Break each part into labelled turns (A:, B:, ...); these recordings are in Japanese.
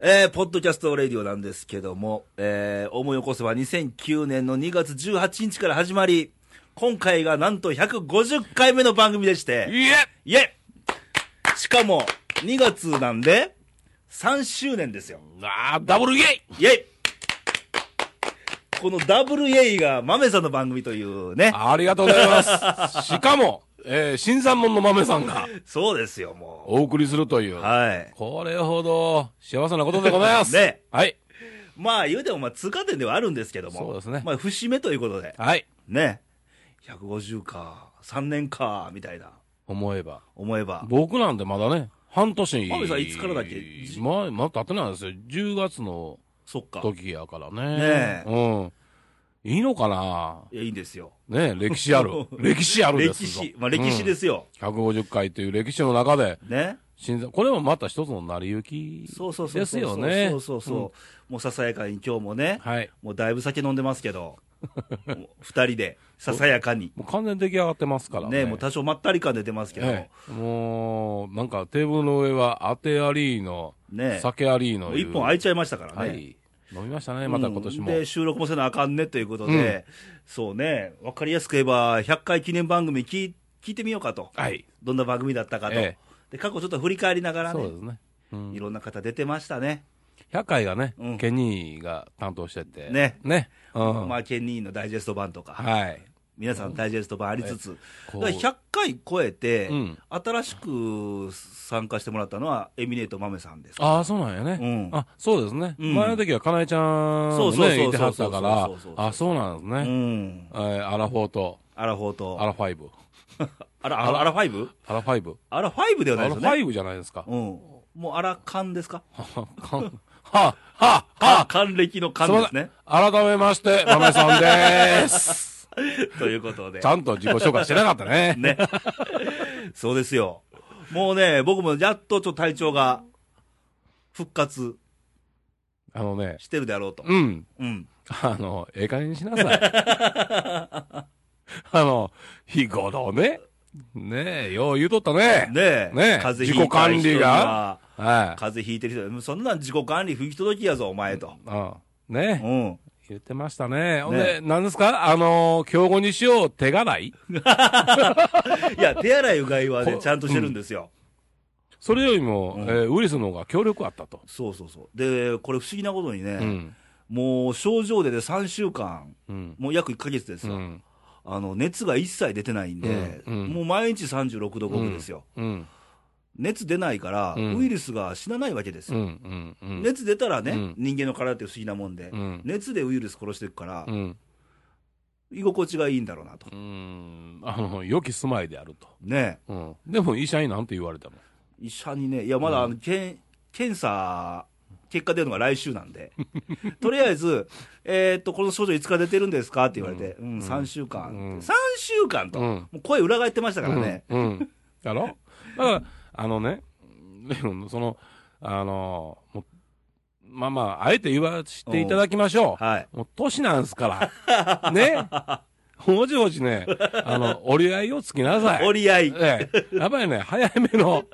A: えー、ポッドキャストレディオなんですけども、えー、思い起こせば2009年の2月18日から始まり、今回がなんと150回目の番組でして、
B: いえ
A: いえしかも、2月なんで、3周年ですよ。
B: あーダブルイェイ
A: イェイこのダブルイェイが豆さんの番組というね。
B: ありがとうござい ます。しかも、えー、新参者の豆さんが
A: そうですよ、も
B: お送りするという
A: う。。はい。
B: これほど幸せなことでございます。
A: ね
B: はい。
A: まあ言うても、まあ通過点ではあるんですけども。
B: そうですね
A: まあ節目ということで。
B: はい。
A: ね。150か、3年か、みたいな、
B: 思えば。
A: 思えば。
B: 僕なんてまだね、半年。
A: 豆さんいつからだっけじ
B: ま、まだ経ってないですよ。10月の
A: そっか。
B: 時やから
A: ね
B: ね。うん。いいのかない
A: や、いいんですよ。。
B: ね歴史ある 歴史あるで
A: 歴
B: すぞ
A: 史。まあ歴史ですよ。
B: 150回という歴史の中で、
A: ね。
B: 新参これもまた一つの成り行き
A: そうそうそう
B: で
A: そ
B: す
A: う。
B: よね。
A: そうそうそう。もうささやかに今日もね。
B: うんはい。
A: もうだいぶ酒飲んでますけ ど。もう二人で、ささやかに。
B: もう完全に出来上がってますからね。
A: ね、もう多少まったり感出てますけど。
B: ええもう、なんかテーブルの上は、アテアリーの、
A: ね
B: 酒アリーの
A: も
B: いうう。
A: 一本空いちゃいましたからね。
B: はい。飲みましたね、また今年も。
A: うんで、収録もせなあかんねということで、そうね、わかりやすく言えば、100回記念番組聞い聞いてみようかと、
B: はい。
A: どんな番組だったかと、
B: え
A: で過去ちょっと振り返りながら
B: そう
A: ね
B: で、すね。うん
A: いろんな方出てましたね、
B: 100回がね、
A: うん
B: ケニーが担当してて。
A: ね。
B: ね。うん。
A: まあ、ケンニーのダイジェスト版とか、
B: はい。
A: 皆さんのダイジェスト版ありつつ、
B: こう
A: だから100回超えて、
B: うん
A: 新しく参加してもらったのは、エミネートマメさんです。
B: ああ、そうなんやね。
A: うん
B: あ、そうですね。
A: うん
B: 前の時は、かなえちゃん
A: そうそ
B: も
A: うそうそう
B: ね、いてはったから
A: そうそうそう、そう
B: あそうなんです
A: う
B: ね。
A: ん、
B: えーアラフォーと、
A: アラフォーと、
B: アラファイブ。
A: あら、あら、あらファイブ
B: アラファイブ。
A: アラファイブでは
B: ア
A: ない
B: ラ
A: で
B: フ
A: すよ
B: ァイ
A: ね。
B: ブじゃないですか。
A: うん、もうアラカンですか
B: は、は、は、
A: あ、
B: は、
A: 還暦の
B: す
A: 還
B: い
A: で
B: ますせん
A: ね。。
B: 改めまして、豆さんで ーす。
A: ということで
B: ち。ゃんと自己紹介してなかったね。
A: ね。そうですよ。もうね、僕もやっとちょっと体調が復活
B: あのね、
A: してるであろうと。
B: うん。
A: うん。
B: あの、ええ加減にしなさい。 あの、日頃ね。ねえ、よう言うとったね。
A: ねえ。
B: ねえ
A: 風邪ひいた人
B: 自己管理
A: には
B: が。はい。
A: 風邪ひいてる人にそんなん自己管理不き届きやぞ、お前と。
B: うん。
A: う
B: ね
A: ん。
B: え、言ってましたね。ほんで、何ですかあの、競合にしよう、手洗い
A: いや、手洗いうがいは ね、
B: こ
A: ちゃんとしてるんですよ。
B: それよりも、
A: う
B: え
A: ん
B: ーウイルスの方が強力あったと。
A: そうそうそう。で、これ不思議なことにね、
B: うん。
A: もう症状出て3週間、
B: うん。
A: もう約1ヶ月です
B: う
A: よ。
B: ん。
A: あの、熱が一切出てないんで、
B: うんうん
A: もう毎日36度5分ですよ。
B: うん。
A: 熱出ないから、
B: うん
A: ウイルスが死なないわけです
B: う
A: よ。
B: ん。うん。
A: 熱出たらね、
B: うん
A: 人間の体って不思議なもんで、
B: うん。
A: 熱でウイルス殺していくから、
B: うん。
A: 居心地がいいんだろうなと
B: う。ーんあの、良き住まいであると。
A: ね
B: うん。でも医者になんて言われたの
A: 医者にね、いや、まだあの、けん検査、結果出るのが来週なんで、 とりあえず、えーっと、この症状いつから出てるんですかって言われて、うん、3週間、
B: うん
A: 3週間と、
B: うん
A: もう声裏返ってましたからね、
B: うん。うん。だろだから、あのね、でもその、あの、もうまあまあ、あえて言わせていただきましょ
A: はい。
B: う。もう年なんすから。ね。もじもじね、あの、折り合いをつけなさい。
A: 折り合い、
B: ええ、やっぱりね、早めの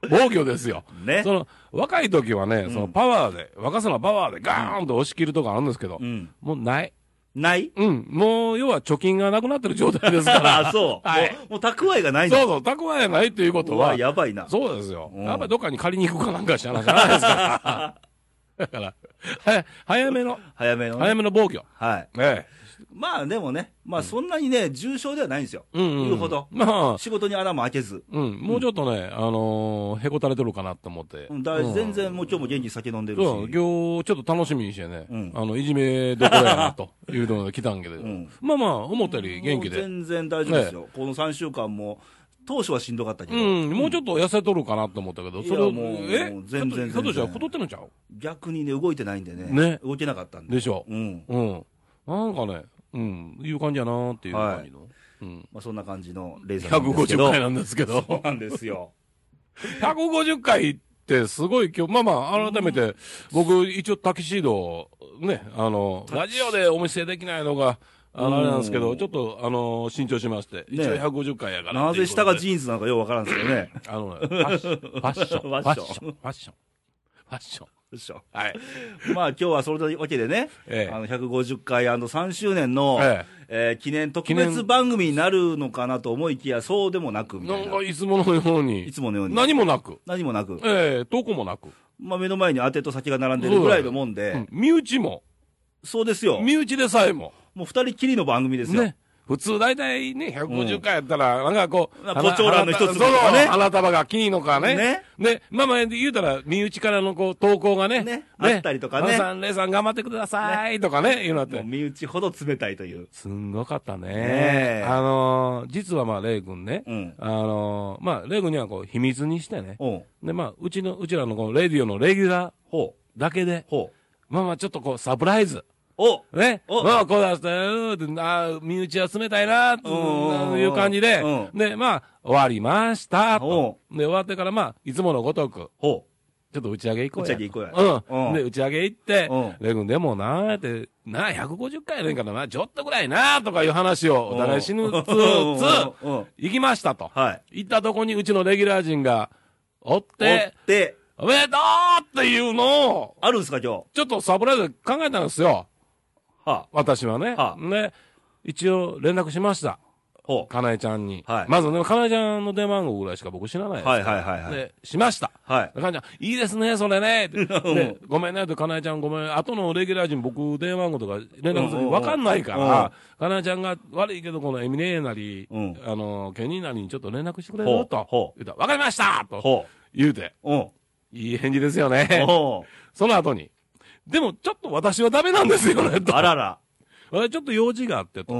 B: 防御ですよ。
A: ね
B: そ。の若い時はね、
A: ん
B: そのパワーで、若さのパワーでガーンと押し切るとかあるんですけど、
A: うん。
B: もうない。
A: ない
B: うん、もう要は貯金がなくなってる状態ですから。
A: あ、 そう。
B: はい
A: もう、もう蓄えがないん
B: そ
A: だ
B: うそう、蓄えないということ
A: う
B: は
A: わ、やばいな。
B: そうですよ。
A: うん
B: やっぱりどっかに借りに行くかなんかしちゃなじゃないで すから。だから、は早めの、
A: 早めのね
B: 早めの防御。
A: はい。
B: え
A: まあでもね、まあそんなにね、重症ではないんですよ。
B: え。うん、うん。
A: 言うほど。
B: まあ、
A: 仕事に穴も開けず。
B: うん、もうちょっとね、あのーへこたれてるかなと思って。
A: うんだ全然もう今日も元気に酒飲んでるし。
B: そう、今日ちょっと楽しみにしてね、
A: うん
B: あの、いじめどころやなというので来たんけど、
A: ん
B: まあまあ、思ったより元気
A: もう
B: で。
A: 全然大丈夫ですよ。この3週間も、当初はしんどかったけ
B: う
A: ど、
B: ん、もうちょっと痩せとるかなと思ったけど、
A: いや
B: それを、
A: もう
B: え
A: もう全然
B: ひょっとした
A: 全然
B: ら太ってんのちゃう
A: 逆にね、動いてないんでね。
B: ね
A: 動けなかったんで。
B: でしょ
A: うん。
B: うん。なんかね、うん、いう感じやなっていう感じの。うん。
A: まあそんな感じのレーザーなんですけ
B: 150
A: ど。
B: 回なんですけど、
A: そうなんですよ。
B: 150回ってすごい今日、まあまあ、改めて、僕、一応タキシードをね、あの、ラジオでお見せできないのが、あのあれなんですけ
A: う
B: ど、
A: ん
B: ちょっと、あの、慎重しまして、一応150回やから
A: な
B: ってい
A: ぜ
B: う
A: 下
B: ことで。
A: がジーンズな のかようわからんですけどね。
B: あのね、ファッション、ファッショ
A: フ
B: ン、フ
A: ァ
B: ァ
A: ッ
B: ッ
A: シ
B: ション、ファッション、ファッション、
A: でしょ。
B: はい。
A: まあ今日はそれというわけでね、
B: ええ
A: あの150回 &3 周年の、
B: え
A: えー記念特別番組になるのかなと思いきや、そうでもなくみた
B: ないん
A: な
B: か、いつものように。
A: いつものように、
B: 何もなく。
A: 何もなく、
B: ええ投稿もなく。
A: まあ、目の前に当てと先が並んでるぐらいのもんで、
B: うん身内も。
A: そうですよ、も
B: 身内でさえも。
A: う二人きりの番組ですよ、
B: ね。普通大体ね、150回やったら、なんかこう、
A: まあボチョーラーの一つとかね
B: 花束花束が金のかね。
A: ね
B: ね。まあまあ言うたら、身内からのこう、投稿がね。
A: ねあったりとかね
B: 花さん、レイさん頑張ってくださいとかね、いうのあっ
A: もう
B: て。
A: 身内ほど冷たいという、
B: すんごかったね。
A: ねえ
B: あのー実はまあ、レイ君ね。
A: うん
B: あのーまあ、レイ君にはこう、秘密にしてね。
A: おう
B: で、まあ、うちの、うちらのこのレディオのレギュラー
A: ほう、
B: だけで、
A: ほう、
B: まあまあ、ちょっとこう、サプライズ。
A: お
B: ね、
A: お
B: まあ、こうだしたよ、であー身内集めたいな、と
A: うん
B: いう感じで
A: う、
B: で、まあ、終わりました、と。で、終わってから、まあ、いつものごとく、
A: ほ
B: ちょっと打ち上げ行こうや。
A: 打ち上げ行こう
B: う
A: や
B: ん。
A: うん
B: で、打ち上げ行って
A: うん、
B: レイ君、でもな、って、なあ、150回やねんからな、ちょっとぐらいな、とかいう話を、お互い死ぬつつ、
A: うんうん
B: 行きましたと。
A: う、はい、
B: 行ったとこに、うちのレギュラー陣が、おっ
A: で
B: て、、おめでとうっていうのを、
A: あるんですか、今日
B: ちょっとサプライズ考えたんですよ。
A: はあ、
B: 私はね。
A: はあ
B: ね、一応連絡しました。
A: ほ
B: かなえちゃんに。
A: はい
B: まずね、かなえちゃんの電話番号ぐらいしか僕知らないです
A: う、はいはいはいはい、
B: で、しました。
A: はい、
B: かなえちゃん、いいですね、そ れね。で
A: うん
B: でごめんね、とかなえちゃんごめん。後のレギュラー陣僕電話番号とか連絡す
A: うんうんう
B: る
A: ん
B: わかんないから、かなえちゃんが悪いけどこのエミネーなり、
A: うん
B: あの、ケニーなりにちょっと連絡してくれ
A: ほ
B: る
A: う
B: と。
A: ほ
B: 言うたらわかりましたと
A: ほ
B: 言うて。
A: う、うん、
B: いい返事ですよね。
A: おう
B: その後に。でも、ちょっと私はダメなんですよね、と。
A: あらら、
B: あちょっと用事があってと。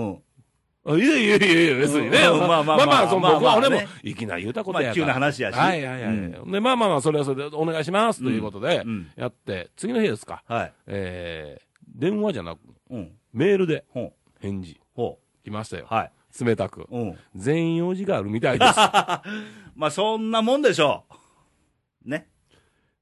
A: うん、
B: あいやいやいやいや、別にね。
A: うんまあまあまあ
B: その
A: まあ
B: 僕は
A: ま
B: 俺
A: あ
B: も
A: ね、
B: いきなり言うたことやか
A: ま
B: ら。
A: あ急な話やし
B: はいはいはい。
A: う
B: で、まあまあまあ、それはそれでお願いしますということで
A: うんうん、
B: やって、次の日ですか。
A: はい、
B: えー、電話じゃなく、
A: うん、
B: メールで
A: ほう、
B: 返事
A: ほ
B: 来ました
A: う、
B: よ。
A: はい、
B: 冷たく。
A: うん。
B: 全員用事があるみたいです。
A: まあそんなもんでしょう。ね。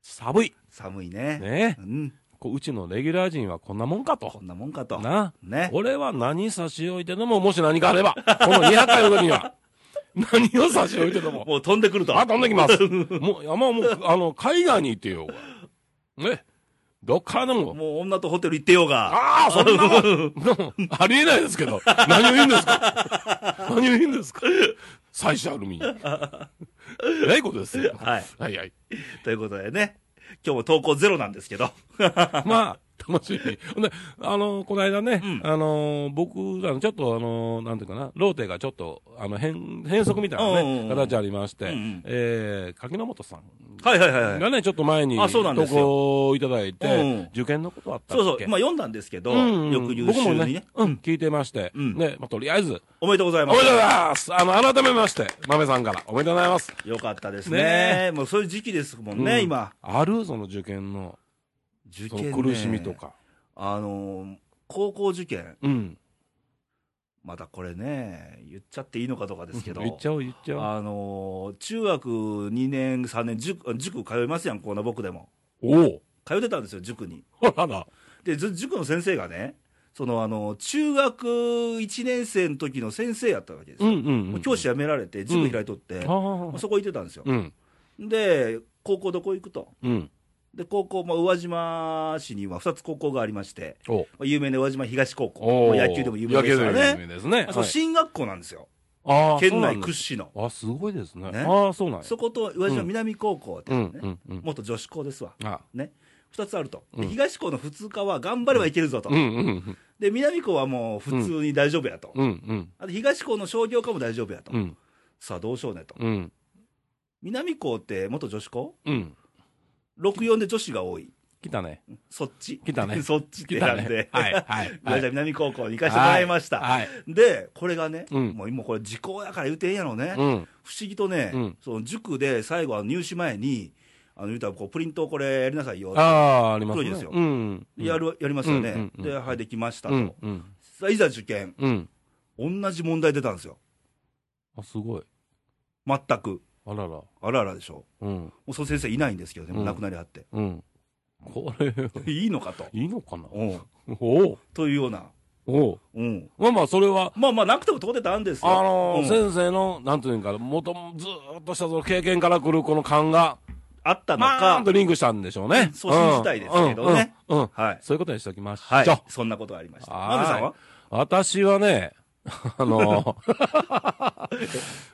B: 寒い。
A: 寒いね。
B: ね
A: うん。
B: こううちのレギュラー陣はこんなもんかと
A: こ。んなもんかと。
B: な。
A: ね。
B: 俺は何差し置いてでも、もし何かあれば、この200回の時に は、何を差し置いてでも、
A: もう飛んでくると。
B: あ、飛んできます。もう、いやもう、もう、あの、海外に行ってよ。ね。どっからでも。
A: もう女とホテル行ってようが。
B: ああ、そんなもんうんありえないですけど。何を言うんですか何を言うんですか最初アルミに。えらいことですよ。
A: はい。
B: はいはい。
A: ということでね。今日も投稿ゼロなんですけど。
B: まあ、楽しみ。ほんで、あの、この間ね、
A: うん
B: あの、僕らのちょっと、あの、なんていうかな、ローテがちょっと、あの、変、変則みたいな
A: うんうんうん
B: ね、形ありまして、
A: うんうん
B: えー、柿本さん
A: はいはいはいはい。
B: がね、ちょっと前に
A: あそうなん
B: 投
A: ですよ
B: 稿いただい
A: うん
B: て、受験のことあったっ
A: そ
B: け
A: うそう。まあ読んだんですけど、
B: うん
A: 翌優
B: 僕も
A: 秀にね。
B: うん、聞いてまして、
A: うん
B: ね、まあ、とりあえず、
A: おめでとうござい
B: お
A: ま
B: め
A: す
B: でとうございますあの、改めまして、豆さんから、おめでとうございます。。
A: よかったです
B: ね
A: ね。もうそういう時期ですもん
B: う
A: ね、
B: ん
A: 今。
B: あるその受験の、
A: 受
B: そ
A: 験ね
B: の苦しみと。か。
A: あのー、高校受験。
B: うん。
A: またこれね、言っちゃっていいのかとかですけど。
B: 言っちゃおう、言っちゃおう。
A: あのー中学2年、3年塾、塾通いますやん、こんな僕でも。
B: おお
A: 通ってたんですよ、塾に。
B: ほらら。
A: で、ず塾の先生がね、そのあの中学1年生の時の先生やったわけです
B: う
A: よ。
B: んうん、
A: も
B: う。
A: うん教師辞められて、塾開いとって、
B: ああ。
A: そこ行ってたんですよ。
B: うん。
A: で、高校どこ行くと。
B: うん。
A: で、高校、まあ、宇和島市には2つ高校がありまして、
B: お
A: まあ有名な宇和島東高
B: お
A: 校、まあ野球でも有名ですから
B: 野球でも
A: ね。
B: 有名ですね。
A: まあその進学校なんですよ、
B: はい、
A: 県内
B: 屈
A: 屈指の。
B: 指。あ、すごいですね。
A: ね
B: ああ、そうなんや。
A: そこと宇和島南高校って
B: う
A: あるの
B: ん
A: ね、
B: うんうん。
A: 元女子校ですわ。
B: あ
A: ね、2つあると、で
B: うん
A: 東高の普通科は頑張ればいけるぞと、
B: うんうんうん。
A: で南高はもう普通に大丈夫やと、
B: うんうん。
A: あと東高の商業科も大丈夫やと、
B: うん
A: さあどうしようねと、
B: うん。
A: 南高って元女子校、
B: うん。
A: 64で女子が多い、
B: 来たね。
A: そっち、
B: 来たね
A: そっちって
B: 来た
A: 選
B: ね
A: んで、
B: はいはい。
A: いやじゃあ南高校に行かせてもらいました、
B: はい。
A: で、これがね、
B: うん
A: もう今、これ、時効やから言うてんやろね、
B: うん。
A: 不思議とね、
B: うん
A: その塾で最後、入試前に、あの言うたらこうプリントをこれやりなさいよ
B: あ、あ、あります
A: 黒
B: ね。
A: いですよ
B: うん。
A: やるやりますよね、
B: うんうんうん
A: で、はい、できましたと。
B: うん。うん。
A: さあいざ受験、
B: うん。
A: 同じ問題出たんですよ、
B: あ、すごい。
A: 全く、
B: あらら。
A: あらあらでしょ、
B: うん。
A: もうその先生いないんですけどね、もう
B: うん
A: 亡くなりはって、
B: うん。これ、
A: いいのかと、
B: いいのかな
A: うん、
B: おう
A: というような、
B: おう
A: うん、
B: まあまあ、それは、
A: まあまあ、なくても通ってたんですよ、
B: あのー
A: うん
B: 先生の、なんていうんかな、もともずーっとしたその経験から来るこの勘が、
A: あったの
B: まー
A: か
B: んと、リンクしたんでしょうね。
A: そう信じたいですけどね
B: うん。うんうん
A: はい
B: そういうことにしておきましょう。
A: はい、そんなことがありました。
B: はい
A: マメさんは
B: 私はね、 あ の、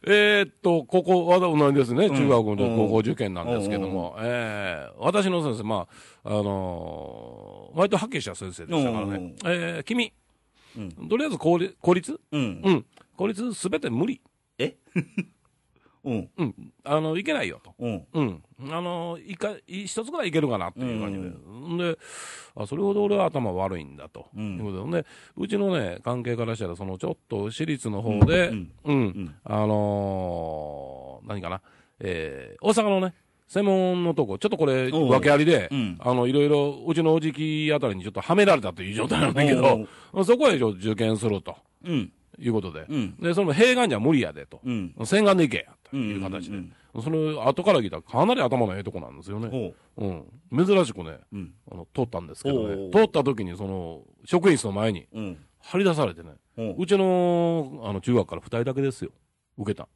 B: えーっと、ここ、わざ同じですね、
A: うん
B: 中学の高校受験なんですけども、えー私の先生、まあ、あのー割とはっきりした先生でしたから
A: うんうん
B: ね、えー君、
A: うん
B: とりあえず公立、公立
A: うん。
B: うん、公立すべて無理。
A: えうん、
B: うん、あの、いけないよと。
A: うん。
B: うん、あの一回一つぐらいいけるかなっていう感じで、
A: うん
B: ん、であそれほど俺は頭悪いんだと、
A: うん
B: いうことででうちのね関係からしたらそのちょっと私立の方で、
A: う
B: うんん
A: ん
B: あのー何かな、えー大阪のね専門のとこちょっとこれ
A: おう
B: 訳ありで、
A: うん
B: あのいろいろうちのおじきあたりにちょっとはめられたという状態なんだけど、そこへ一応受験すると
A: うん、
B: いうことで、
A: うん、
B: でその併願じゃ無理やでと、
A: うん。
B: 洗顔でいけやという形で、
A: うん
B: その後から聞いたらかなり頭のええとこなんですよね、
A: ほう。
B: うん、珍しくね
A: うん、
B: あの通ったんですけど
A: おう
B: ね通った時にその職員室の前に
A: うん。
B: 張り出されてね
A: ほう。
B: うちのあの中学から2人だけですよ受けた、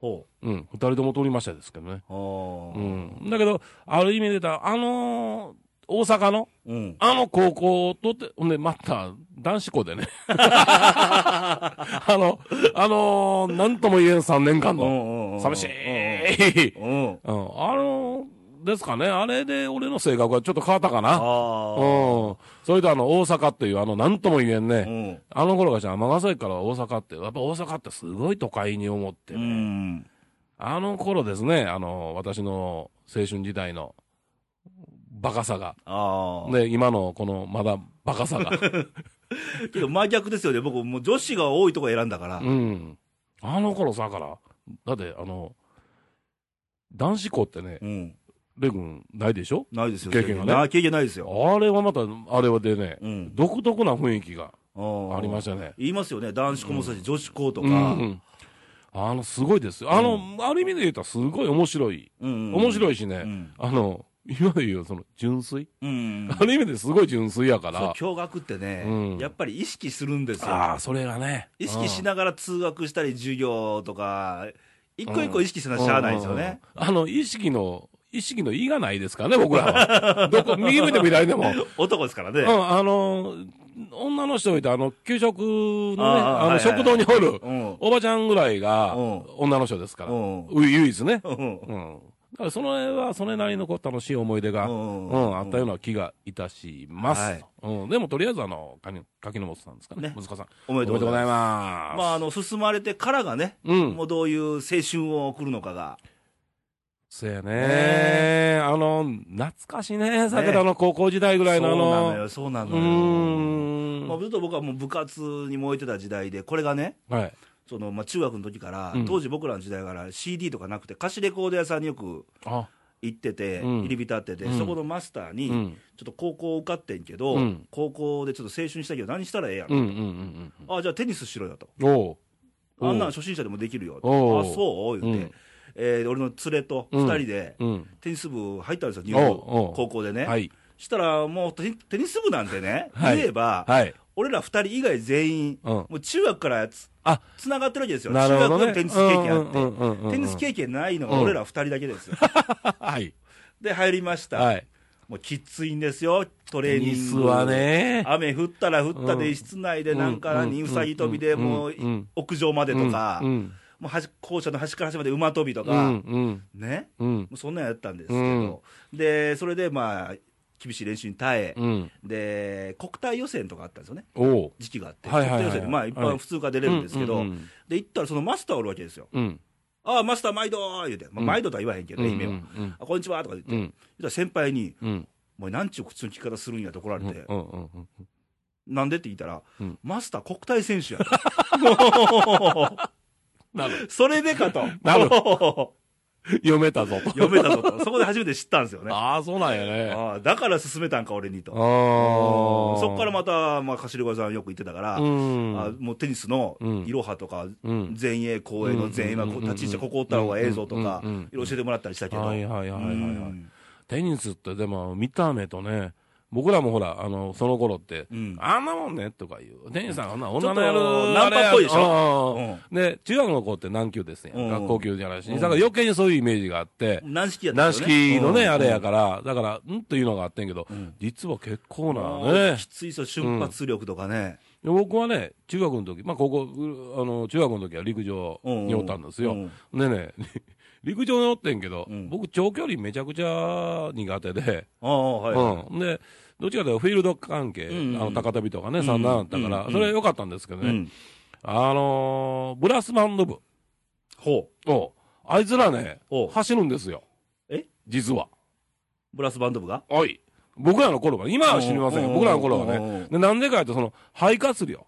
A: ほ
B: うん、2人とも通りましたですけどね、
A: う。ああ。
B: うん、だけどある意味で言うたらあのー大阪の
A: うん。
B: あの高校とって、ほんで、また、男子 校でね。あの、あのーなんとも言えん3年間
A: う
B: の、
A: んうん
B: 寂し。い。
A: うん。
B: うん、あのですかね、あれで俺の性格はちょっと変わったか
A: あ
B: な。う
A: あ。
B: ん。それとあの、大阪っていう、あの、なんとも言え
A: う
B: んね。
A: ん。
B: あの頃がじゃあ、尼崎から大阪って、やっぱ大阪ってすごい都会に思って
A: う
B: ね。
A: ん。
B: あの頃ですね、あの、私の青春時代の、バカさが。
A: ああ。
B: で、今のこの、まだバカさが。
A: けど真逆ですよね。僕、もう女子が多いとこ選んだから。
B: うん。あの頃さ、だから、だって、あの、男子校ってね、
A: うん。
B: レイ君ないでしょ
A: ないですよ。
B: 経験がね
A: ない経験ないですよ。
B: あれはまた、あれはでね、
A: うん。
B: 独特な雰囲気が
A: あ
B: ありま
A: し
B: したね。
A: 言いますよね。男子校もそうだし、女子校と
B: と
A: か。
B: あの、すごいですよ。あの、ある意味で言うとすごい面白い。
A: うん。
B: 面
A: い。
B: 白いしね、
A: うん。
B: あの、今で言うその、純粋、
A: うん。
B: ある意味ですごい純粋や
A: そ
B: か
A: う
B: ら。
A: 共学ってね、
B: うん
A: やっぱり意識するんですよ。
B: ああ、それがね。
A: 意識し
B: い。
A: ながら通学したり、授業とか、一個一個意識せなしゃあないですよね。
B: うん。あの、意識の、意識の意がないですからね、僕ら は。どこ、右向いても左でも。
A: 男です からね。
B: うん、あの、女の人いて、あの、給食のね、
A: ああ
B: あ
A: はいはい
B: の、食堂におる、
A: うん。
B: おばちゃんぐらいが
A: うん、
B: 女の人ですから。
A: うん
B: う唯一ね。
A: うん
B: うん。だから、その辺は、それなりのこう楽しい思い出が、
A: う
B: うんん、あったような気がいたします。
A: はい
B: うん。でも、とりあえず、あの、かに柿の本さんですかね
A: ね。
B: 息子さん。
A: おめでとうございます。
B: ます
A: まあ、あの、進まれてからがね、
B: うん
A: もうどういう青春を送るのかが。
B: そや
A: え
B: ね。あの、懐かしいね。酒田の高校時代ぐらいのあ
A: そうな
B: の
A: の、よ、そうな
B: う
A: のよ。
B: ーん。
A: まあ、ずっと僕はもう部活に燃えてた時代で、これがね、
B: はい。
A: そのまあ、中学の時から、
B: うん
A: 当時僕らの時代から CD とかなくて、歌詞レコード屋さんによく
B: あ、
A: 行ってて、
B: うん
A: 入り浸ってて、
B: うん
A: そこのマスターに、
B: うん。
A: ちょっと高校受かってんけど、
B: うん
A: 高校でちょっと青春したけど、何したらええやん、
B: うんうんうん
A: あじゃあテニスしろよと、
B: うん。おう
A: あんなん初心者でもできるよ、あ
B: おう
A: そう言って、
B: うん
A: えー俺の連れと
B: うん
A: 2人で
B: うん。
A: テニス部入ったんですよ、入
B: お
A: 部
B: うおう
A: 高校でね。
B: はい。
A: したらもうテニテニス部なんてね、
B: はい
A: 言えば、
B: はい。
A: 俺ら2人以外全員、
B: うん。
A: もう中学からつ
B: あ、
A: つながってるわけですよ、
B: なるほ
A: 中
B: ど
A: 学のテ
B: ね。
A: ニス経験あって、
B: って
A: テニス経験ないのが俺ら2人だけですよ、
B: 験。はい。
A: で入りました、
B: はい。
A: もうきついんですよ、トレーニ
B: テ
A: ング。
B: ニスはね。
A: 雨降ったら降ったで、
B: うん
A: 室内でなんか
B: うん
A: 何、うさぎ跳びで、
B: うん
A: もう
B: うん
A: 屋上までとか、
B: うんうん
A: もう端校舎の端から端まで馬跳びと
B: う
A: か、
B: んうん
A: ね、
B: うん
A: もうそんなんやったんですけど、
B: うん
A: でそれでまあ、厳しい練習に耐え、
B: うん。
A: で国体予選とかあったんですよね、
B: おう。
A: 時期があって、
B: はいはいはい
A: 国体予選で、まあ、一般普通科出れるんですけど、
B: うんうんうん
A: で行ったら、そのマスターおるわけですよ、
B: うん。
A: ああ、マスター、毎度ー言うて、まあ、
B: うん
A: 毎度とは言わへんけど、ね
B: うん
A: 姫は、
B: うん
A: あこんにちはとか言って、
B: うん。うん
A: 言ったら先輩に、
B: うん。
A: お前、なんちゅう口の聞き方するんやと怒られて、
B: うんうんうん
A: なんでって聞いたら、
B: うん
A: マスター国体選手やとも
B: なる
A: う それでかと。
B: なる
A: も
B: 読めたぞと
A: う 読めたぞと。そこで初めて知ったんですよね。
B: ああ、そうなんやね。あ
A: ああだから勧めたんか、俺にと。
B: あ
A: うんそこからまた、まあ、頭小屋さんよく行ってたから、
B: たうん。
A: あもうテニスの
B: うん
A: いろはとか、
B: うん。
A: 前衛、後衛の前衛は、
B: うんうん
A: こ
B: う
A: うん
B: うん
A: 立ち位置はここおった方がええぞとか、
B: うんうんうんうん
A: いろいろ教えてもらったりしたけど。
B: はいはいはいはいはい。テニスってでも見た目とね、僕らもほら、あの、その頃って、
A: うん
B: あんなもんねとか言う。店員さん、あんな
A: ちょ
B: 女
A: っと
B: のやる。
A: ナンパっぽいでし
B: ょ
A: ょ
B: で、中学の子って何級ですね。
A: うん
B: 学校級じゃないし、
A: うん
B: だから余計にそういうイメージがあって、
A: 軟式やった
B: 軟
A: んですよね
B: 式のね、
A: うん
B: あれやから、だから、んというのがあってんけど、
A: ん
B: 実は結構な
A: もう
B: ね。
A: きついそう瞬発力とかね、
B: で僕はね、中学の時、まあ、ここ、うあの、中学の時は陸上におったんですよ。
A: うん
B: でね、 陸上におってんけど、
A: うん
B: 僕長距離めちゃくちゃ苦手で、
A: ああはい、
B: うん。で、どっちかというとフィールド関係、
A: うんうん
B: あの、高跳びとかね、
A: うん
B: 三段だったから、
A: うん
B: それは良かったんですけど
A: う
B: ね、
A: ん
B: あのーブラスバンド部
A: ほう
B: を、あいつらね
A: お、う
B: 走るんですよ。
A: え
B: 実は。
A: ブラスバンド部が
B: おい。僕らの頃は、今は知りませんよ
A: うん
B: 僕らの頃は
A: うん
B: ね。でなんでかというと、その、肺活量。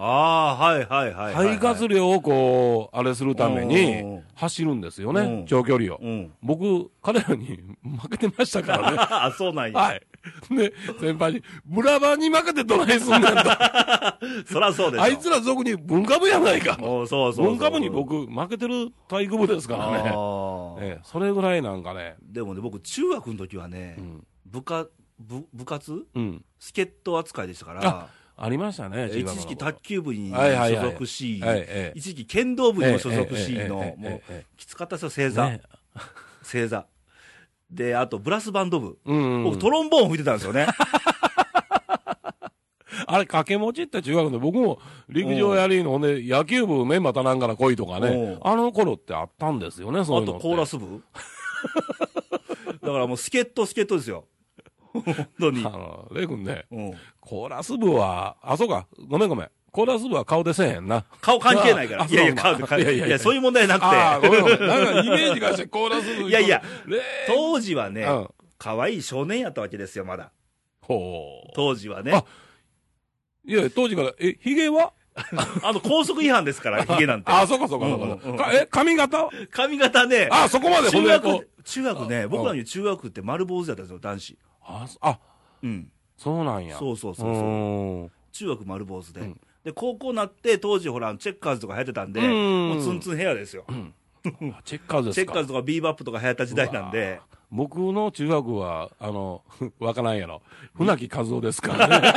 A: ああはいはいはいはい、はい、
B: 肺活量をこう、あれするた
A: うん
B: め
A: うんう
B: に
A: ん、
B: 走るんですよ
A: う
B: ね
A: ん、
B: 長距離を。
A: うん
B: 僕、彼らに 負けてましたからね。
A: あそうなんや、
B: はい。で、先輩に、ブラバンに負けてどないすんねんと。
A: そらそうでしょ
B: あいつら俗に文化部やないか。
A: おうそうそうそう
B: 文化部に僕、負けてる体育部ですからね。
A: ああ
B: ええ、それぐらいなんかね。
A: でもね僕中学の時はね、
B: うん。
A: 部活部部活
B: うん。
A: 助っ人扱いでしたから
B: ありましたね、
A: 一時期卓球部に
B: はいはいはい
A: 所属し、
B: はいええ
A: 一時期剣道部にも所属し
B: ええええええ
A: の、
B: ええ
A: もう
B: ええ
A: きつかったですよ正座、
B: ね
A: 正座であとブラスバンド部、
B: うんう
A: 僕
B: ん。
A: トロンボーン吹いてたんですよね
B: あれ、掛け持ちって中学の僕も陸上やりの、ほんで、野球部メンバーたなんから来いとかね、
A: うん
B: あの頃ってあったんですよね、
A: あ
B: そういうの
A: と
B: って。
A: コーラス部 だからもう助っ人助っ人ですよ本当に
B: あ、の、レイ君ね、
A: うん、
B: コーラス部は、あ、そうか、ごめんごめん。コーラス部は顔でせえへんな。
A: 顔関係ないから
B: あ
A: いやいや
B: そう
A: 顔
B: なん
A: で
B: だ
A: 関係ない
B: いやいや
A: いやそういう問題な
B: ああ、
A: く
B: ご
A: て
B: めんごめん。なんかイメージがしてコーラス部。
A: いやいや、
B: レイ
A: 当時はね、
B: うん
A: 可愛い少年やったわけですよまだ
B: ほう。
A: 当時はね
B: あいや、当時から、え、ヒゲは
A: あの、高速違反ですから、ヒゲなんて。
B: あ、そうかそうかそうか。
A: うんうんうん
B: かえ、髪型は
A: 髪型ね、
B: あ、そこまで
A: 中
B: ほんでこう
A: 学、中学
B: あ
A: ね、
B: うん
A: 僕らの中学って丸坊主だったんですよ、男子。
B: あ、そあ、
A: うん。
B: そうなんや。
A: そうそうそうそう
B: う。
A: 中学丸坊主で。
B: うん
A: で、高校なって、当時ほら、チェッカーズとか流行ってたんで、
B: うん
A: もうツンツンヘアですよ。
B: あチェッカーズです
A: チ
B: か
A: ェッカーズとかビーバップとか流行った時代なんで、
B: 僕の中学は、あの、 わからんやろ。船木和夫ですから ね。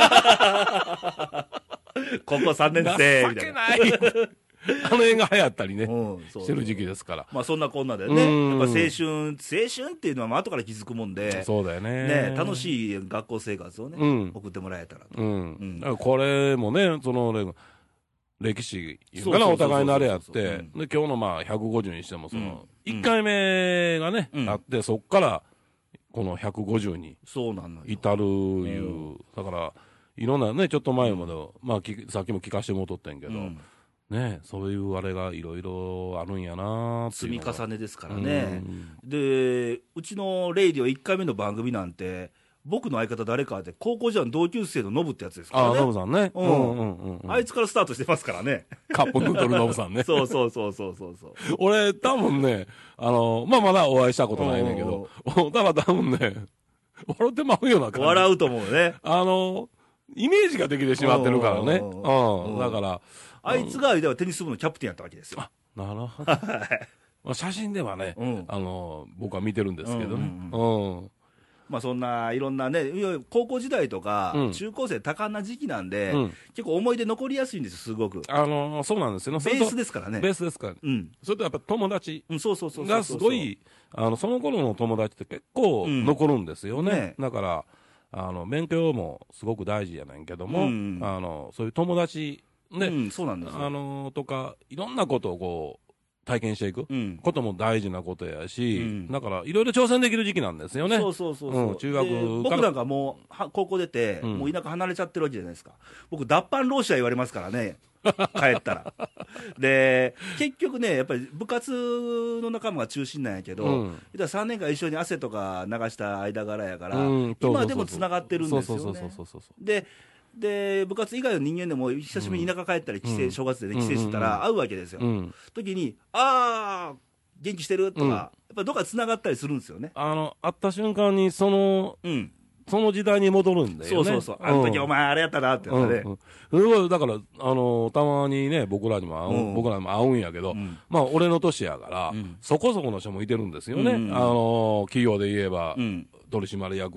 A: 高校3年
B: 情
A: 生、みたい
B: け
A: な。
B: ない。あの映画流行ったりね、
A: うん、そう
B: してる時期ですから。
A: まあそんなこんなで
B: う
A: ね、やっ
B: ん
A: ぱ青春、青春っていうのはまあ後から気づくもんで、
B: そうだよね。
A: ね、楽
B: い。
A: しい学校生活をね、
B: うん
A: 送ってもらえたらと。
B: うん。
A: うん
B: だからこれもね、その、例の歴史いう
A: そうそ
B: かな、お
A: うそうそう
B: 互いのあれやって、で
A: うん、
B: 今日のまあ、150にしても、その、
A: うん
B: 1回目がね、
A: うん
B: あって、そっから、この150に
A: そうなのよ。
B: 至るいう、だから、いろんなね、ちょっと前まで、まあ、きさっきも聞かしてもとってんけ
A: う
B: ど、
A: ん
B: ね、そういうあれがいろいろあるんやなって
A: 積
B: い
A: み
B: うのが
A: 重ねですからね
B: う。ん
A: でうちのレイディオ1回目の番組なんて僕の相方誰かって高校時代の同級生のノブってやつですか
B: ああ、
A: ら
B: ノブ
A: ね
B: さんね。
A: うん
B: うんうんうん。
A: あいつからスタートしてますから ね
B: カップヌードルノブさんね。
A: そうそうそうそうそうそう
B: 俺、多分ね、あの、まあ、まだお会いしたことないねんけど、おだから多分ね、笑ってまうような感じ。う。
A: 笑うと思うね
B: あの、イメージができてしまってるからね。
A: おうおうおう
B: うん。
A: おう
B: だから、
A: あいつがではテニス部のキャプテンやったわけですよ
B: なるほど。まあ写真ではね、
A: うん
B: あの、僕は見てるんですけどね。
A: う
B: うん。
A: まあそんないろんなねいや高校時代とか
B: うん
A: 中高生多感な時期なんで、
B: うん
A: 結構思い出残りやすいんですよすごく
B: あの、そうなんですよね。そ
A: ベ
B: れと
A: ースですからね
B: ベースですからね。
A: うん、
B: それとやっぱ友達。
A: うん、そうそうそうそうそう
B: がすごい、あのその頃の友達って結構
A: うん
B: 残るんですよね
A: ね。
B: だからあの、勉強もすごく大事やねんけども、
A: うん
B: あのそういう友達、
A: う
B: ね
A: ん、そうなんですよ
B: あのとか、いろんなことをこう体験していく
A: うん
B: ことも大事なことやし、
A: うん
B: だからいろいろ挑戦できる時期なんですよね。
A: そうそうそうそう、
B: うん中学
A: で
B: から
A: 僕なんかもうは高校出て、
B: うん
A: もう田舎離れちゃってるわけじゃないですか僕脱藩浪士は言われますから ね帰ったらで結局ねやっぱり部活の仲間が中心なんやけど、
B: うん
A: 言ったら3年間一緒に汗とか流した間柄やから、
B: うんそうそうそう
A: 今でもつながってるんですよね
B: そうそうそうそうそう
A: でで部活以外の人間でも久しぶりに田舎帰ったり帰省、
B: うん
A: 正月でね帰省してた
B: う
A: ら会うわけですよ、
B: うん
A: 時に「ああ元気してる?」とか、
B: うん
A: やっぱどっかつながったりするんですよね
B: あの会った瞬間にその
A: うん
B: その時代に戻るんだ
A: そ
B: よね。
A: うそうそう、あの時
B: うん
A: お前あれやったなって
B: う
A: 言
B: ん
A: っ
B: う
A: たね、
B: ん、それはだから、あのたまにね、僕らにも会う、
A: うん
B: 僕らにも会うんやけど、
A: うん
B: まあ、俺の年やから、
A: うん
B: そこそこの人もいてるんですよね、
A: うんうん
B: あの企業で言えば、
A: うん
B: 取締役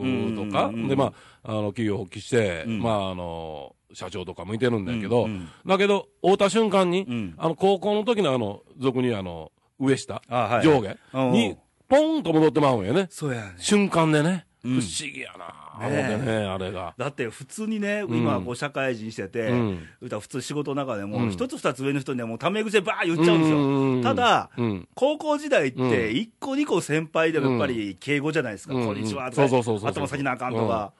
B: とか、
A: うんうんうん
B: で、まあ、あの、企業を復帰して、
A: うん
B: まあ、あの、社長とか向いてるんだけど、
A: うんうん
B: だけど、会うた瞬間に、
A: うん
B: あの、高校の時のあの、俗にあの、上下、
A: あはい
B: 上下
A: うんうん
B: に、ポンと戻ってまうんよね。
A: そうやね。
B: 瞬間でね。
A: う
B: 不
A: ん
B: 思議やな、
A: ねえ
B: 思ってね、あれが。
A: だって普通にね、
B: ん
A: 今、こう社会人してて、
B: うん
A: うたら普通仕事の中で
B: う
A: も、
B: ん
A: 一つ二つ上の人にはもうタメ口でばー言っちゃうんですよ。
B: うん
A: ただ、
B: うん
A: 高校時代っ
B: う
A: て、一個二個先輩でもやっぱり敬語じゃないですか、
B: うん
A: こんにちはと
B: そうそうそうそ
A: か、
B: う
A: 頭先なあかんとか。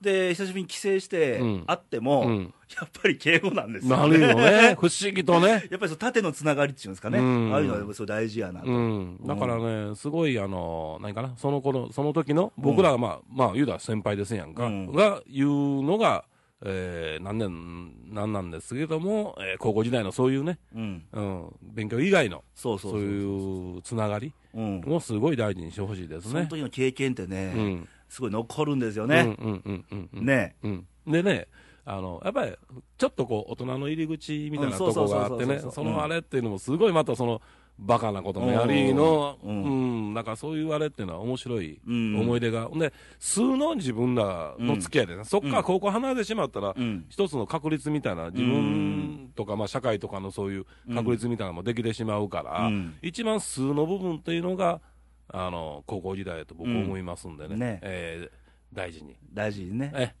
A: で、久しぶりに帰省して
B: うん
A: 会っても、
B: うん
A: やっぱり敬語なんです
B: な
A: よ
B: る
A: ね。
B: よね。不思議とね。
A: やっぱりその縦のつながりっていうんですかね、
B: うん
A: ああいうのはやっぱりそう大事やなと。
B: うん、だからね、すごい、あの、何かな、その頃、その時の、僕らが、まあ、まあ、言うたら先輩ですやんか、
A: うん
B: が、言うのが、えー、何年、何なんですけども、えー高校時代のそういうね、
A: うん
B: うん、勉強以外の、
A: そうそうそ
B: そ
A: ううそう
B: いうつながり
A: うん
B: をすごい大事にしてほしいです
A: その
B: ね。
A: 時の経験ってね、
B: うん
A: すごい残るんですよ
B: うん、う
A: ね。
B: ん、うん、うん、うん。
A: ね
B: うん、でね、あのやっぱりちょっとこう大人の入り口みたいな
A: うんそう
B: と
A: そう
B: こ
A: そう
B: が
A: そう
B: あって
A: そ
B: ね
A: うそう、そう
B: そ
A: うん
B: のあれっていうのも、すごいまたそのバカなこともやりの、
A: う
B: うんん、なんかそういうあれっていうのは面白い
A: うん
B: 思い出が、ほん、で、数の自分らの付き合いでね、そっから高校離れてしまったら、
A: うん
B: 一つの確率みたいな、自分とか、まあ、社会とかのそういう確率みたいなのもできてしまうから、
A: うん
B: 一番数の部分っていうのが、あの高校時代だと僕思いますんでね、
A: うんね
B: えー大事に。
A: 大事にね。
B: え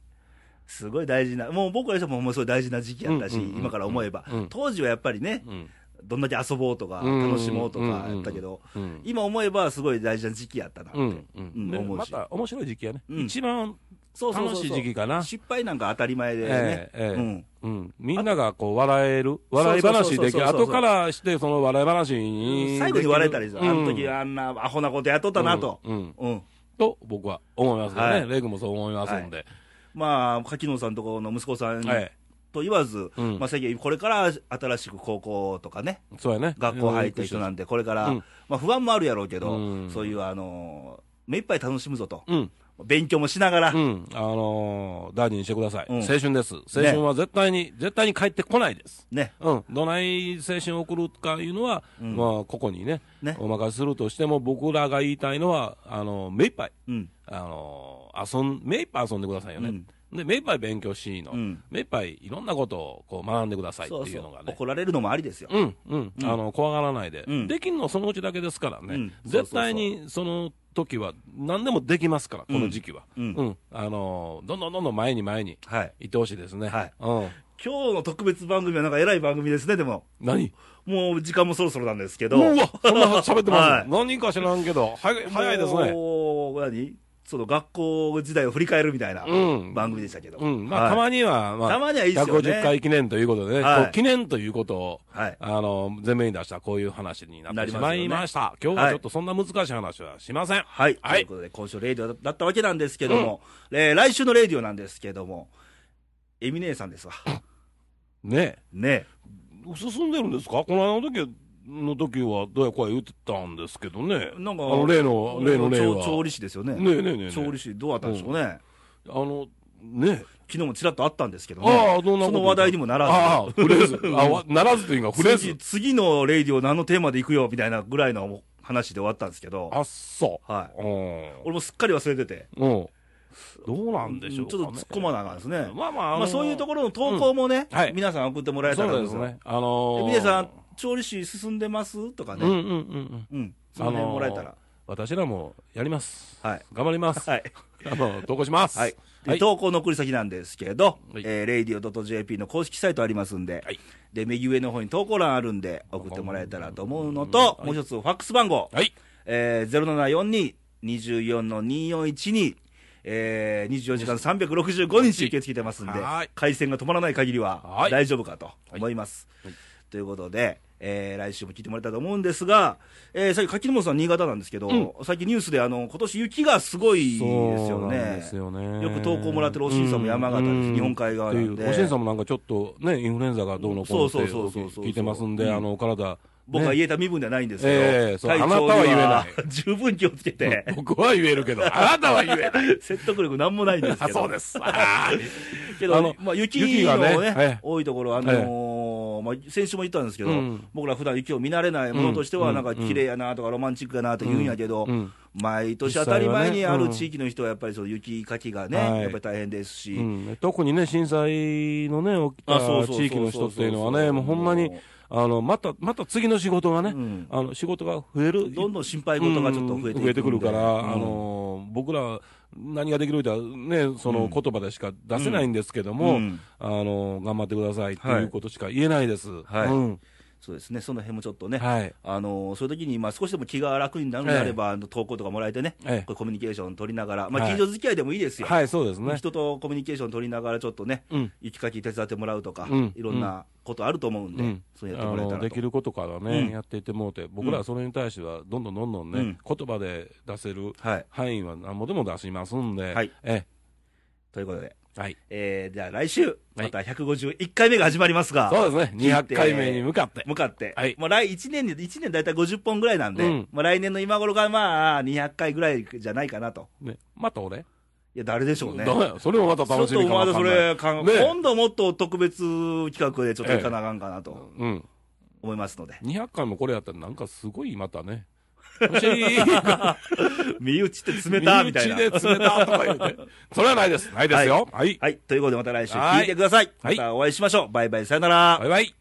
A: すごい大事な、もう僕らしてももうすごい大事な時期やったし、
B: うんうんうん
A: 今から思えば、
B: うん
A: 当時はやっぱりね、
B: うん
A: どんだけ遊ぼうとか、
B: うん
A: 楽しもうとかやったけど、
B: うんうん
A: 今思えばすごい大事な時期やったなって、
B: うん
A: うん
B: で
A: 思う
B: ま
A: した
B: 面白い時期やね、
A: うん
B: 一番、
A: そうそうそう
B: 楽しい時期かな
A: 失敗なんか当たり前でね、
B: えええ
A: う
B: え
A: ん
B: うん、みんながこう笑える、笑い話できる、
A: そうそうそうそうそう
B: 後からして、その笑い話に、
A: 最後に笑えたりさ、
B: うん
A: あの時あんなアホなことやっとったなと、
B: うんうん
A: うん
B: と僕は思いますよね、
A: はい
B: レイ君もそう思いますんで、
A: まあ柿野さんとこの息子さん
B: はい
A: と言わず、
B: うん
A: まあ、最近これから新しく高校とかね、
B: そうやね、
A: 学校入った人なんで、これから、
B: うん
A: まあ、不安もあるやろうけど、
B: うん
A: そういう、あのー目いっぱい楽しむぞと、
B: うん、
A: 勉強もしながら、
B: うん、あのー大事にしてください、
A: うん
B: 青春です、青春は絶対に、絶対に帰ってこないです。
A: ね、
B: うん、どない青春を送るかいうのは、
A: うん
B: まあ、ここにね
A: ね
B: お任せするとしても、僕らが言いたいのは、あの目いっぱい、
A: うん、
B: あの遊ん目いっぱい遊んでくださいよね、で目いっぱい勉強しいの、
A: うん
B: 目いっぱいいろんなことをこう学んでくださいって
A: そう
B: い
A: そう
B: の
A: う
B: が、ね。
A: 怒られるのもありですよ、
B: うんうん、あの怖がらないで、
A: うん
B: できるのそのうちだけですからね、
A: うん
B: 絶対にその時は、何でもできますから、この時期は、
A: う
B: うんんあのどんどんどんどん前に前に
A: はい、
B: 行ってほしいですね、
A: はい
B: うん、
A: 今日の特別番組は、なんか偉い番組ですね、でも、
B: 何
A: もう時間もそろそろなんですけ
B: う
A: ど、
B: わ、そんな喋ってます、
A: はい
B: 何人か知らんけど、早い早いですね。
A: もう何その学校時代を振り返るみたいな
B: うん
A: 番組でしたけど、
B: うん、まあ、
A: はい
B: たまには、まあ、
A: たまにはいいっすよね
B: 150回記念ということでね、
A: はい
B: こう記念ということを、
A: はい
B: あの、前面に出したこういう話にな
A: な
B: っ
A: り
B: て
A: ま
B: し
A: すよ
B: ま
A: ね
B: いました。今日はちょっとそんな難しい話はしません。
A: はい、
B: は
A: という
B: い。
A: ことで、今週、レイディオだったわけなんですけども、えー来週のレイディオなんですけども、エミネーさんですわ。
B: ね
A: ね
B: え進んでるんですかこの間の時の時は、どうやこうや言ってたんですけどね。
A: えなんか、
B: あの、例の、例の例
A: 調
B: は。
A: 調理師ですよね。
B: ねえねえねえねえ
A: 調理師、どうあったんでしょうね。
B: あの、ねえ
A: 昨日もちらっとあったんですけどね。
B: ああ、どんなこと
A: その話題にもならず。
B: ああ、フレーズ。あわならずというか、フレー
A: 次
B: ズ。
A: 次のレイディオ何のテーマで行くよみたいなぐらいの話で終わったんですけど、
B: あっそう。
A: はい。
B: うん。
A: 俺もすっかり忘れてて、
B: うん。どうなんでし
A: う
B: ょ
A: んち
B: うか、
A: ょっ
B: ね。
A: と突っ込まなあかんですね。
B: まあまあ、
A: まあそういうと
B: こ
A: ころの投稿もね、
B: うんはい
A: 皆さん送ってもらえたらと思
B: そうで
A: い
B: す
A: ますよ。
B: ね。あのー、
A: 皆さん、調理師進んでますとかね、
B: うん
A: う
B: うん
A: ん、
B: うんうん。
A: その辺もらえたら。
B: あのー私らもやります。
A: はい。
B: 頑張ります。
A: はい。
B: あの、投稿します。
A: はい。で投稿の送り先なんですけど、
B: はい
A: えー、radio.jp の公式サイトありますんで、
B: はい
A: で、右上の方に投稿欄あるんで、送ってもらえたらと思うのと、もう一つ、ファックス番号、
B: はい。
A: えー、0742-24-2412、えー、24時間365日受け付けてますんで
B: はい、
A: 回線が止まらない限りは
B: はい
A: 大丈夫かと思います。ということで、えー、来週も聞いてもらえたらと思うんですが、えー、さっき柿本さん新潟なんですけど、最近ニュースであの、今年雪がすごいです
B: そ
A: よ
B: う
A: ね。
B: なんですよね。
A: よく投稿もらってるおしんさんも山形です
B: うん
A: 日本海側なんで
B: っていうおしんさんもなんかちょっとね、インフルエンザがどうのこうのって
A: そうそうそうそうそう
B: 聞いてますんで、あの、お体、
A: 僕は
B: ね
A: 言えた身分ではないんですけど、
B: ええそう
A: 体調に
B: あなたは言えない
A: 十分気をつけて、
B: 僕は言えるけど、 あなたは言えない。
A: 説得力なんもないんです
B: あ
A: け ど、
B: そうです。あー
A: けど
B: あの
A: まあ、雪
B: 雪
A: の
B: が
A: ね
B: ねはい
A: 多いところ、あのーまあ、先週も言ったんですけど、
B: うん
A: 僕ら普段雪を見慣れないものとしては、なんか綺麗やなとか、ロマンチックやなと言うんやけど、
B: うん
A: 毎年当たり前にある地域の人は、やっぱりその雪かきがね、
B: はい
A: やっぱり大変ですし、
B: うん、特にね、震災のね、起き
A: あそうそうそ
B: た
A: うそう
B: 地域の人っていうのはね、もうほんまに、あの、また、また次の仕事がね、
A: うん
B: あの、仕事が増える。
A: どんどん心配事がちょっと増えていくんで
B: うんくるから、
A: うん
B: あの、僕ら、何ができるかね、その言葉でしか出せないんですけど
A: う
B: も、
A: ん
B: あの、頑張ってくださいっていうことしか言えないです。
A: はい
B: うん
A: そうですね、その辺もちょっとね、
B: はい。
A: あのそういう時にまあ少しでも気が楽になるのであれば、あの投稿とかもらえてね、
B: ええ
A: これコミュニケーション取りながら、まあ、
B: はい
A: 近所付き合いでもいいですよ、
B: はい、そうですね。
A: 人とコミュニケーション取りながら、ちょっとね、
B: うん。
A: 雪かき手伝ってもらうとか、
B: うん
A: いろんなことあると思うんで、
B: うん
A: そうやって
B: あ
A: もらえた
B: の
A: ら
B: で
A: と
B: き。ることからね、
A: うん
B: やっていってもうて、僕らはそれに対しては、どんどんどんどんね、
A: うん
B: 言葉で出せる
A: はい、
B: 範囲は何もでも出しますんで、
A: はい
B: え
A: ということで、
B: えはい、
A: えー、じゃあ来週、また151回目が始まりますが、
B: そうですね、
A: 聞いて
B: 200回目に向かって、
A: 向かって、
B: はい
A: もう来1年で、1年大体50本ぐらいなんで、
B: うん
A: まあ、来年の今頃がまあ200回ぐらいじゃないかなと、
B: ね、また俺、
A: いや、誰でしょうね。
B: だめそれもまた
A: ちょ
B: 楽
A: っ
B: し
A: と
B: みかもわ
A: ま
B: か
A: だ
B: ん
A: そ
B: ない
A: れ考え、
B: ね
A: 今度もっと特別企画でちょっといかなあかんかなと
B: うん、
A: 思いますので、
B: 200回もこれやったら、なんかすごいま たね、欲しい、
A: 身内って冷たみたいな
B: 身。内で冷たとか言うて、それはないです、ないですよ、はい、
A: はい、ということでまた来週
B: はい
A: 聞いてください。
B: はい
A: またお会いしましょう。バイバイ、さよなら
B: バイ。バイ。